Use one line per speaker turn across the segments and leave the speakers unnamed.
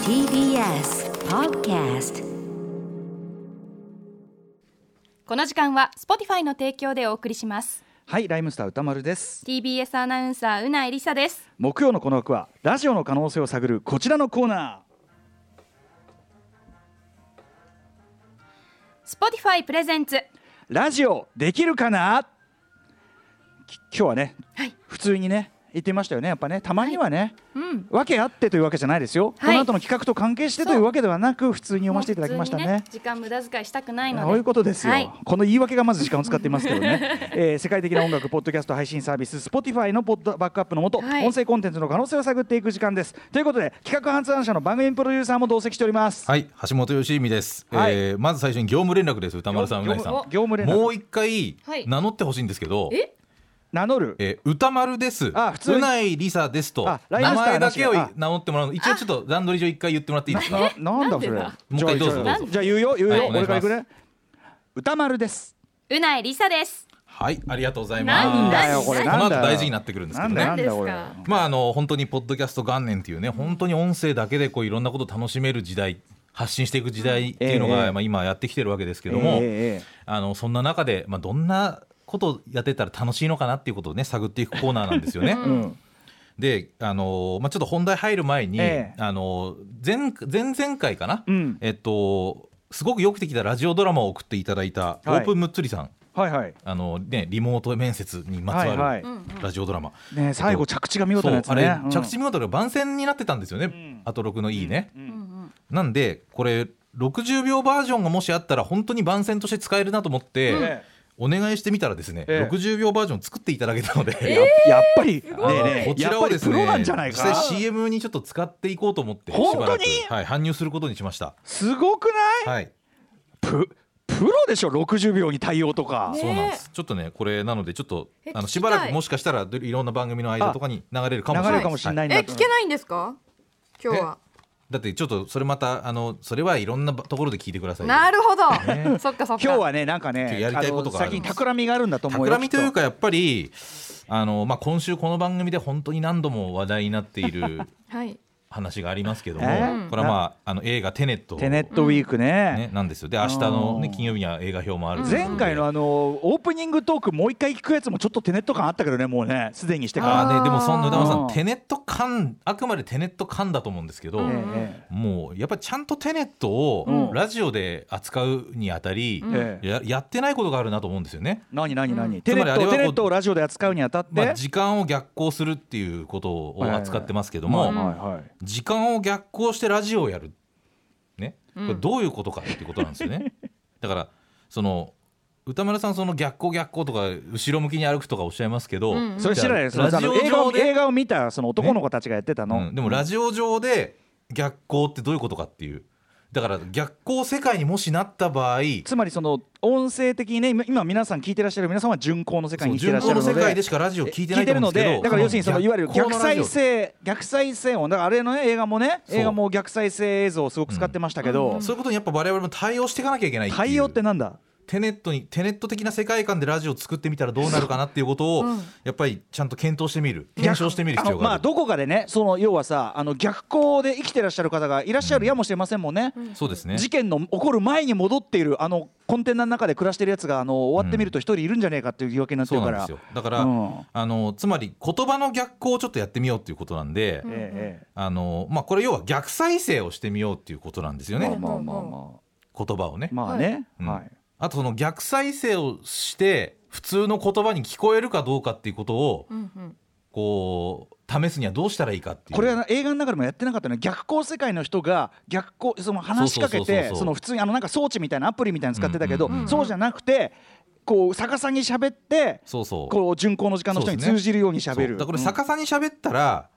TBS Podcast
この時間は Spotify の提供でお送りします
はいライムスター歌丸です
TBS アナウンサーうなえりさです
木曜のこの枠はラジオの可能性を探るこちらのコーナ
Spotify プレゼンツ
ーラジオできるかなき今日はね、
はい
普通にね言ってみましたよねやっぱねたまにはね、
うん
わけあってというわけじゃないですよ、
はい
この後の企画と関係してというわけではなく普通に読ませていただきました
もう普
ね
通に時間無駄遣いしたくないので
そういうことですよ、
はい
この言い訳がまず時間を使ってますけどね、 えー世界的な音楽ポッドキャスト配信サービス Spotify のポッドバックアップのもと、
はい
音声コンテンツの可能性を探っていく時間ですということで企画発案者の番組プロデューサーも同席しております
はい、橋本良美です、
はい
えーまず最初に業務連絡です、歌丸さん、う
業
なぎさん。
務
も
業務連絡
う一回
はい
名乗ってほしいんですけど、
え
名乗る
えー歌丸です、
あ普通に
うないりさですと
あ、ライン
名
マスター
前
な
だ
し
けを
あ
名乗ってもらうの、一応ちょっと段取り上、一回言ってもらっていいですか。
ななんだそれ。
なん
でだもう一回どうぞ
じゃあ
どうぞ
じゃあ言うよ言うよ、
はい
俺から
お願いします
行くね。歌丸です。
うなえりさです
はい、ありがとうござい
なん
ま
だ
す。
よこれ
この
なん
後
だよ
大事になってくるんですけど
だ
ね。
よだ
何
よこ
で
れ
すか
まあ、あの、本当にポッドキャスト元年っていうね、本当に音声だけで、こういろんなことを楽しめる時代。発信していく時代っていうの
え
が、
え
まあ、今やってきてるわけですけど
え
も。
えええ
あのそんな中で、まあ、どんなことをやってたら楽しいのかなっていうことをね探っていくコーナーなんですよ ね。
うん。
で、あのーまあ、ちょっと本題入る前に、
ええ
あのー前前々回かな、
うん
えっと、すごくよくできたラジオドラマを送っていただいた「オープンむっつりさん」
はいはい。
あのね、リモート面接にまつ
はい
わ
は
る
い。
ラジオドラマ。
ね最後着地が見事なやつ
そうあ
ね
れ。
うん
着地見事が番宣になってたんですよね、
ん
アトロクのいいね。
うんうん
なんでこれ60秒バージョンがもしあったら本当に番宣として使えるなと思って、
え
お願いしてみたらですね、
ええ
60秒バージョン作っていただけたので、
えややっぱりねえねえ
こち
や
ら
っぱ
を
り
です
プ
ね
ロなんじゃない
実際
か。
CM にちょっと使っていこうと思って
本当
しば
に
らく、はい、搬入することにしました、
すごくない？
はい
ププロでしょ60秒に対応とか。
ねえ
そうなんですちょっとねこれなのでちょっと
え
あ
聞き
の
たい
しばらくもしかしたらいろんな番組の間とかに流れるか
流
もし
れ
れな
る
い
かもしれ
は
ないい
え
なと。
聞けないんですか今日は
だってちょっとそれまたあのそれはいろんなところで聞いてくださいよ
なるほど、
ね
そっかそっか
今日 はねなんか
今
ね
日やりたいことがあ
の
る
先に企みがあるんだと思うよ。
企みとい
き
う
っ
かやっぱりあの、まあ、今週この番組で本当に何度も話題になっている
はい
話がありますけども、
えー
これはまああの映画「テネット」
とテネットウィークね。
ね、なんですよ。で、明日の、ね、金曜日には映画表もあるということ
前
で
回のあのオープニングトークもう一回聞くやつもちょっとテネット感あったけどねもうねすでにして
あ
か
ーね、でもそんな歌丸さ
うん
んテネット感あくまでテネット感だと思うんですけど、
ら、
うん
ええ
もうやっぱりちゃんとテネット
う
を
ん
ラジオで扱うにあたり、
うん
ええ
ややってないことがあるなと思うんですよね。
何何何、
うん
テネ
つまり
ッ
あれ
ト
はこ
テ
う
ネットをラジオで扱うにあたって、
まあ、時間を逆行するっていうことを扱ってますけども、
はいはいはい
時間を逆行してラジオをやる、ね、こ
うん
れどういうことかっていうことなんですよ ね。だからその歌丸さんその逆行逆行とか後ろ向きに歩くとかおっしゃいますけど、
うんうん
それ知らないです
じゃあ
その
ラジオ
映画を
上で
映画を見たその男の子たちがやってたの、
うんでもラジオ上で逆行ってどういうことかっていうだから逆行世界にもしなった場合
つまりその音声的にね今今皆さん聞いてらっしゃる皆さんは巡航の世界
そ
に
う
行ってら
巡
っしゃ
行
る
の
ので
世界でしかラジオ聞いてないと思うんですけど
だから要するにそのいわゆる逆再
っ
生逆再生音だからあれのね映画もね
そう
映画も逆再生映像をすごく使ってましたけど、
うん
そういうことにやっぱ我々も対応していかなきゃいけないっていう
対応ってなんだ
テネットにテネット的な世界観でラジオを作ってみたらどうなるかなっていうことを、
うん
やっぱりちゃんと検討してみる検証してみる必要
あのま
があ
あ
る
どこかでねその要はさあの逆行で生きてらっしゃる方がいらっしゃるやもしれませんもんね、
そうですね
事件の起こる前に戻っているあのコンテナの中で暮らしてるやつがあの終わってみると一人いるんじゃねえかっていう言い訳になって
そう
る
な
か
んで
ら
すよだから、
うん
あのつまり言葉の逆行をちょっとやってみようっていうことなんで、
うん
え
あのまあ、これ要は逆再生をしてみようっていうことなんですよ
えええ
ね
まあまあまあま
言葉をね
あ、まあね、
うん
はい
あとその逆再生をして普通の言葉に聞こえるかどうかっていうことを
うんうん
こう試すにはどうしたらいいかっていう
これは映画の中でもやってなかったね逆行世界の人が逆行その話しかけ
そうそうそう
て
そう
その普通にあのなんか装置みたいなアプリみたいなの使ってたけど、
うんうん
うん
そうじゃなくてこう逆さに喋って
そうそう
こう巡航の時間の人に
そうですね
通じるように喋
そう
る、
だからこれ逆さに喋ったら、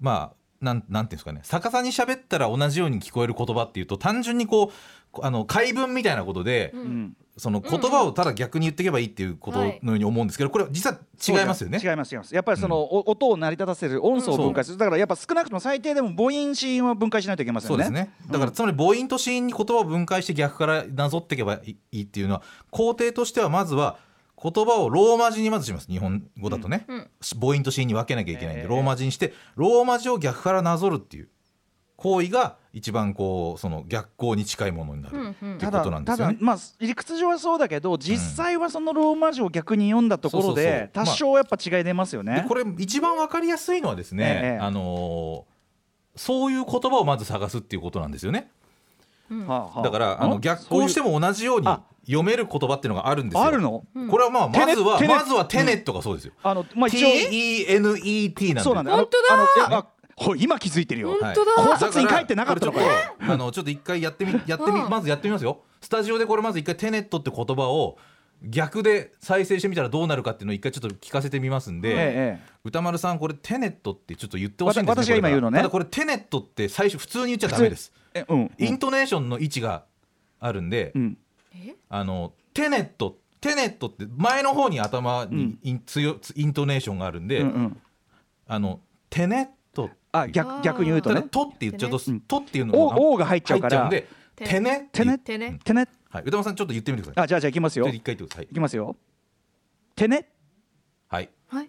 まあなんなんていうんですかね逆さに喋ったら同じように聞こえる言葉っていうと単純にこうこあの解文みたいなことで、
う
うんん
その言葉をただ逆に言っていけばいいっていうことのように思うんですけど、これは実は違いますよね。
違います違いますやっぱりその、お音を成り立たせる音素を分解するだからやっぱ少なくとも最低でも母音子音は分解しないといけません
そ
よ
う
ね
ですねだからつまり母音と子音に言葉を分解して逆からなぞっていけばいいっていうのは工程としてはまずは言葉をローマ字にまずします日本語だとね、
うん
母音と子音に分けなきゃいけないんで、
ええ
ローマ字にしてローマ字を逆からなぞるっていう行為が一番こうその逆行に近いものになる
うんうん
って
た
いうこ
だ
となんで
た
すよ
だ
ね。
まあ理屈上はそうだけど実際はそのローマ字を逆に読んだところ
そうそうそう
で
ま
多
あ
少やっぱ違い出ますよ
で
ね。
これ一番わかりやすいのはですね、
ええ
あのーそういう言葉をまず探すっていうことなんですよね。
うん
はあはあ
だからあの
ん
逆行して
そういう
も同じように
あ
読める言葉っていうのがあるんですよ。
あるの
うん
これはまあまずは
テネ
まずはテネットがそうですよ。
あのまあ一応
T-E-N-E-T なんで
そうなんだ。
本当だ
だ。あのえあほい今気づいてるよ。
本当だ
考察に書いてなかったのかよ
だらこれちょっとあのちょっと一回やってみやってみ
うん
まずやってみますよスタジオでこれまず一回テネットって言葉を逆で再生してみたらどうなるかっていうのを一回ちょっと聞かせてみますんで、
ええ
歌丸さんこれテネットってちょっと言ってほしいんですね
わた私が今言うのね
ただこれテネットって最初普通に言っちゃダメです
ええうんうん
イントネーションの位置があるんで、
うん
あのテネットテネットって前の方に頭にイン,、強いイントネーションがあるんで、
うんうん
あのテネットって
あ逆逆に言う
た
と
だ
ね
「と」って言っちゃうと
ん
「と」っていうの
お
が
おが入っちゃうか
入
ら
っちゃうん。で「てね」
てね
って
てね
てね
はい歌丸さんちょっと言ってみてください
あじゃあじゃあいきます
ちょっ
よ
と
い
一回言ってください
きますよ。てね
はい
はい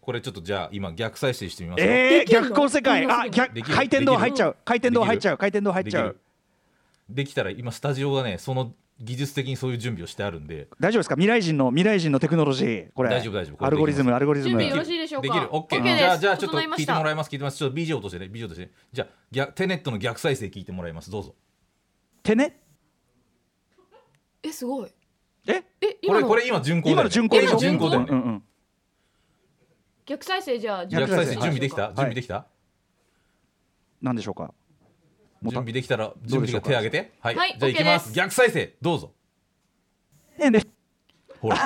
これちょっとじゃあ今逆再生してみますよ
で
えー、
きんの
逆光世界あ
で
逆
きる
回転
で
道
きる
入っちゃう回転道
できる
入っちゃう回転道入っ
で
ち
き
ゃ
る
う
できたら今スタジオがねその技術的にそういう準備をしてあるんで
大丈夫ですか未来人の未来人のテクノロジーこれ
大丈夫大丈夫これ
アルゴリズムアルゴリズ
準
ム
備よろしいでしょうか
できる OK
です
じゃあじゃあちょっと
整いま
聞
し
いても
た
らいます聞いてますちょっと BJ 落としてね BJ 落としてねじゃあ逆テネットの逆再生聞いてもらいますどうぞ
てね
えすごい
え
え
こ
今
れ
の
これ今順行だ
今の
よね
巡行でしょ
今順行だよ
う
ね
んうん
逆再生じゃあ
順
逆
逆
再
再生
生準備できた準備できた
なんでしょうか
準
もた
備できたら準備できたら手挙げては
はいい
じゃ
OK
あいきます
です
逆再生どうぞ
ねね
ほら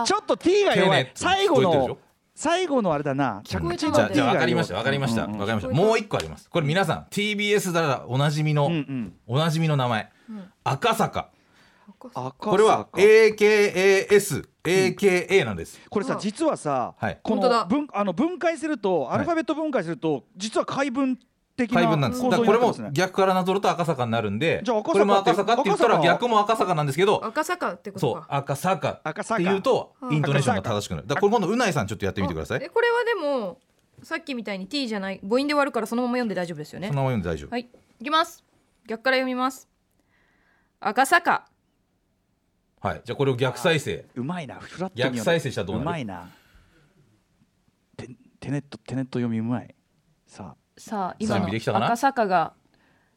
あー
ちょっと T が弱
丁寧
い最後
聞こえてるでしょ
の最後のあれだな
聞こえ
着
た
地
わ
の
じゃあ
T
じゃあ
が
分かり
弱
ま
い
した分かりました分かりました
うんうん
もう一個ありますこれ皆さん TBS だらおなじみの
うんうん
おなじみの名前
うん
赤坂
赤坂
赤坂
これは AKASAKA なんです
これさ
うん
実はさ
はい
こ
本当だ
の分あの分解すると
い
アルファベット分解すると実は解文的な
配分なんです
構
だか
造
ら
にな
これ
ってま
も
すね
逆からなぞると赤坂になるんで
じゃあ赤坂
これも赤坂って言った
赤
ら
坂
逆も赤坂なんですけど
赤坂ってこと
そう
か
赤坂
赤
って
坂
いうと
うん
イントネーションが正しくなるだからこれ今度うないさんちょっとやってみてください
えこれはでもさっきみたいに T じゃない母音で終わるからそのまま読んで大丈夫ですよね
そのまま読んで大丈夫
はいいきます逆から読みます赤坂
はいじゃあこれを逆再生
うまいなフラットに
逆再生したらどう
う
な
ま
る
いなテテネットテネット読みうまいさあ
さあ今の
準備できたかな
赤坂が、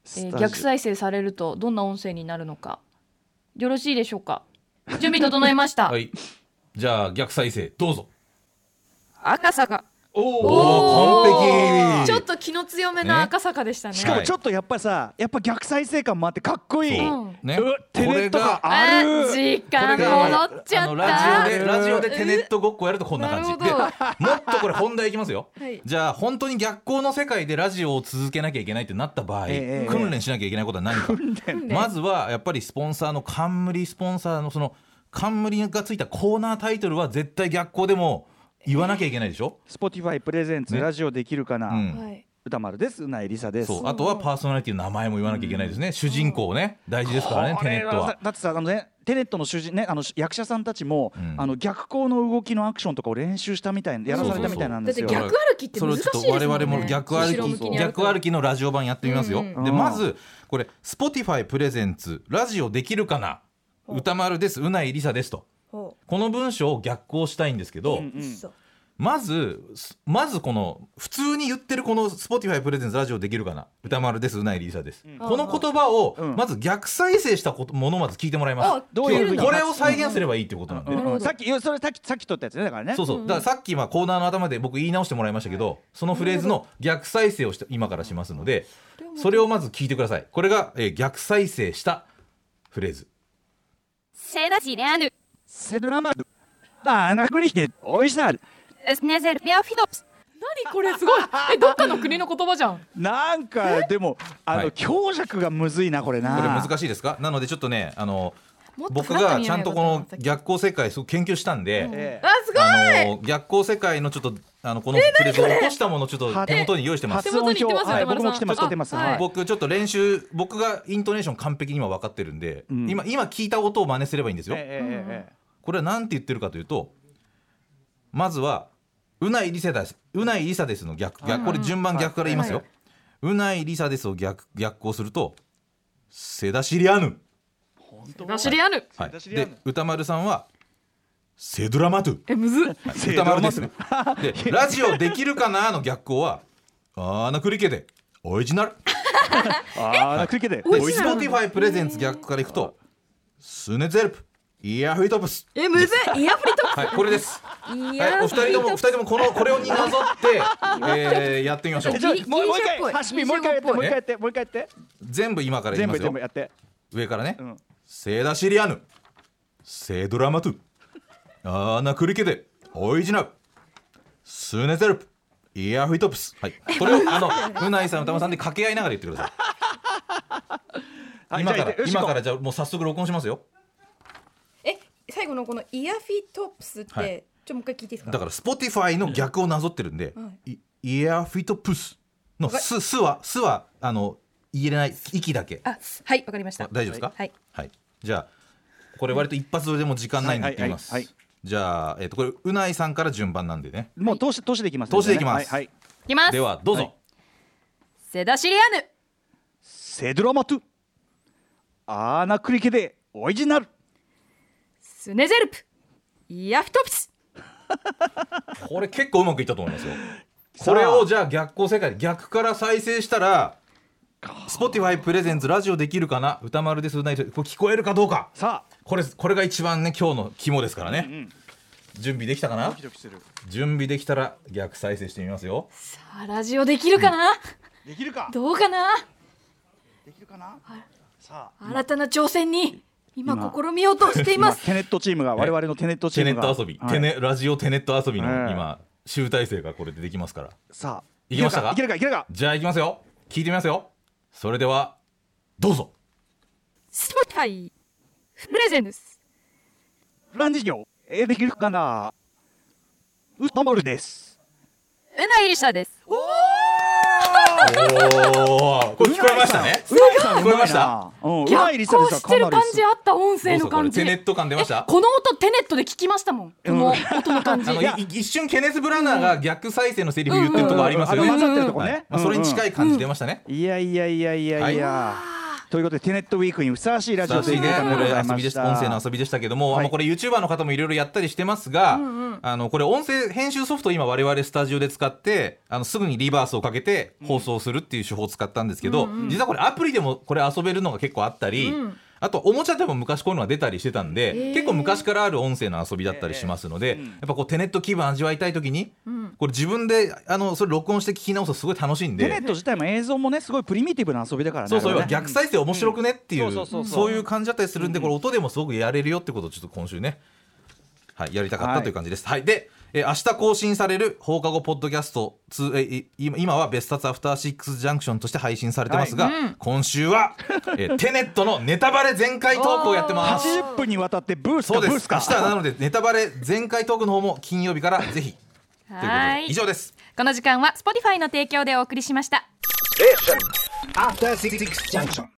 え
スタ
ー
ジオ
逆再生されるとどんな音声になるのかよろしいでしょうか準備整いました、
はいじゃあ逆再生どうぞ
赤坂
おお完
ちょっ
璧
と気の強め
ね
な赤坂でしたね
しかもちょっとやっぱさやっぱ逆再生感もあってかっこいい
そうね
うわテネットがあ
あ
る
時
これ
間
が
戻っちゃった
あのラジオでラジオでテネットごっこやるとこんな感
な
じ
るほど
でもっとこれ本題いきますよ、
はい
じゃあ本当に逆光の世界でラジオを続けなきゃいけないってなった場合、
ええ
訓練しなきゃいけないことは何かまずはやっぱりスポンサーの冠スポンサーのその冠がついたコーナータイトルは絶対逆光でも言わなきゃいけないでしょ、
Spotify プレゼンツ
ね
ラジオできるか
う
なん
はい
歌丸ですうないりさです
そうあとはパーソナリティの名前も言わなきゃいけないですね、主人公ね大事ですからね
こ
テ
れ
ネットは
さだってさあのねテネットの主人ねあの役者さんたちも、
うん
あの逆光の動きのアクションとかを練習したみたいなやらされたみたいなん
だ
で
っ
す
て
よ。
逆歩きって
それ
難
を
しい
ち
で
ょ
す
っ
も
と
ん
我
ね
々も逆
後ろ
歩
向
き、
きにやるか
逆
ら
歩きのラジオ版やってみますよ、
うん
うん
で
うん
まずこれ Spotify プレゼンツラジオできるかな歌丸ですうないりさですと
ほ
この文章を逆行したいんですけど、
うん
うそう
まずすまずこの普通に言ってるこの Spotify プレゼンツラジオできるかな歌丸ですうないりさです、この言葉を
うん
まず逆再生したことものをまず聞いてもらいます
あ
どういうふうに
これを再現すればいいってことなんで、
うんう
な
ん
るほど
さっきそれさっきさっき撮ったやつねだからね。
そうそう、だからさっき今コーナーの頭で僕言い直してもらいましたけど、そのフレーズの逆再生をして今からしますので、それをまず聞いてくださいこれが、えー逆再生したフレーズ
セダジレアヌ、
セドラマルあナクリヒケオイシナル
ウスネゼルビアフィドプス。
何これすごいえどっかの国の言葉じゃん
なんかでもあ
はい
の強弱がむずいなこれな。
これ難しいですかなのでちょっとねあの
もっと
僕
フラット
が
に
ち
言
ゃ
えば
ん
よかっ
と
たな
この逆光世界すごく研究したんで、
ええ
あすごい
あの逆光世界のちょっとあのこのフレーズを落としたものをちょっと手元に用意してます
発音表
手元に行ってますよ
はい
山田さん
僕も来てます
あ
来てます。
はい
はい
僕ちょっと練習僕がイントネーション完璧に今分かってるんで、
ん
今今聞いた音を真似すればいいんです
ええ
よ、
ええええ
これは何て言ってるかというとまずは「うないりさです」「うないりさです」の逆逆これ順番逆から言いますよ。うないりさですを逆逆行するとせだしりあぬ、
本当
ナシリアヌ
は
せだし
い、
りあぬ
で歌丸さんはせドラマトゥ
えむずっ
せド
歌丸
ラマ
ですね でラジオできるかなの逆行はあーなくりけでオリジナル
ああ、なくいけで。
おい
スポティファイプレゼンツ逆からいくとスネゼルプイヤーフィトプス
えむずいイヤフリト
はいこれです
ップイ
はい、お
ヤ
二
フリト
人と
ッ
も
プ
二人ともこのこれをになぞ って、えー、やってみましょう
えじゃあ
ギリ
もうもう
ギリ
一
シャっぽ
回、
い
ハシピもう一回やって、
ギ
もう一
リ
回
シャ
やって、もう一回やって。
全部今から言い
全
ま
部
すよ
全部やって。
上からね、
うん
セーダシリアヌセードラマトゥアーナクリケでオイジナルスネゼルプイヤーフィトプスはい これをあのうないさん歌間さんで掛け合いながら言ってください
はい
今
じゃ
か
あ
ら
よし行
今
こ
か
う
らじゃあもう早速録音しますよ
え最後のこのイヤフィトップスっ
は
て
い
ちょもう一回聞いていいです
だ
か
から Spotify の逆をなぞってるんで、イイヤーフィトプスのススはスはあの入れない息だけ
あはいわかりました
あ大丈夫ですか
はい
はい、じゃあこれ割と一発でもう時間ないんで
はい
言ってみます、
はいはい
じゃあ、えっとこれうないさんから順番なんでね
もう通し通しでいきますね。
通しでいきます
はいはい。
いきます
ではどうぞ、
はい
セダシリアヌ
セドラマトゥ。あーなくりけで、オリジナル。
スネゼルプイヤフィトプス
これ結構うまくいったと思いますよこれをじゃあ逆行世界で逆から再生したら Spotify プレゼンツラジオできるかな歌丸ですうないですこれ聞こえるかどうか
さあ、
これこれが一番ね今日の肝ですからね、
ん
準備できたかな
ドキする。
準備できたら逆再生してみますよ
ラジオできるかな
できるか。
どうかな
できるかな。さあ。
新たな挑戦に今
今
試みようとしていま
今
す
テネットチームが我々のテネットチ
テ
ー
ネ
ム
ッ
が
ト遊び、
はい
テネラジオテネット遊びの
うん
今、集大成がこれでできますから
さあ
いきましたか
いけるかいけるか
じゃあ行きますよ聞いてみますよそれではどうぞ
スポティファイプレゼンです
フランジニョえーできるかなウトモルです
うないりさです
おおこれ聞こえましたね
うまいさん
聞こえました
うんう
逆
まいリサ
行してる感じあった音
どう
声
です
の
かこれ
感じ
テネット感出ました
この音テネットで聞きましたもんこの音の感じ
あのいい一瞬ケネス・ブラナーが逆再生のセリフ言ってるとこありますよ
うん
ね、
うんうんあの混ざってるとこね
はいまあ、それに近い感じ出ましたね、
いやいやいやいやいやということでテネットウィークにふさわしいラジオ
さ
と
し
い
いうね
データ
こ
でご
れ
ざい
遊
ま
びで
し
す音声の
た
遊びでしたけども、
はい
あのこれ YouTuber の方もいろいろやったりしてますが、あのこれ音声編集ソフトを今我々スタジオで使ってあのすぐにリバースをかけて放送するっていう手法を使ったんですけど、実はこれアプリでもこれ遊べるのが結構あったり。あとおもちゃでも昔こういうのが出たりしてたんで、結構昔からある音声の遊びだったりしますので、
うん
やっぱこうテネット気分味わいたい時に、これ自分であのそれ録音して聞き直すとすごい楽しいんで
テネット自体も映像もねすごいプリミティブな遊びだからね
そうそう、
あれね
要は逆再生面白くねってい
うんそう
う、
そうそうそう
そういう感じだったりするんで、これ音でもすごくやれるよってことをちょっと今週ね。はい、やりたかっ
は
た
い
という感じです。はい、で、えー明日更新される放課後ポッドキャストつ、えーい今今は別冊アフターシックスジャンクションとして配信されてますが、今週は、えーテネットのネタバレ全開トークをやってます。
80分にわたってブース
そ
か
う
ブ
で
ー
す
ス。
明
か
日はなのでネタバレ全開トークの方も金曜日からぜひということ
は
で
い
以上です。
この時間は Spotify の提供でお送りしました
After Six Junction.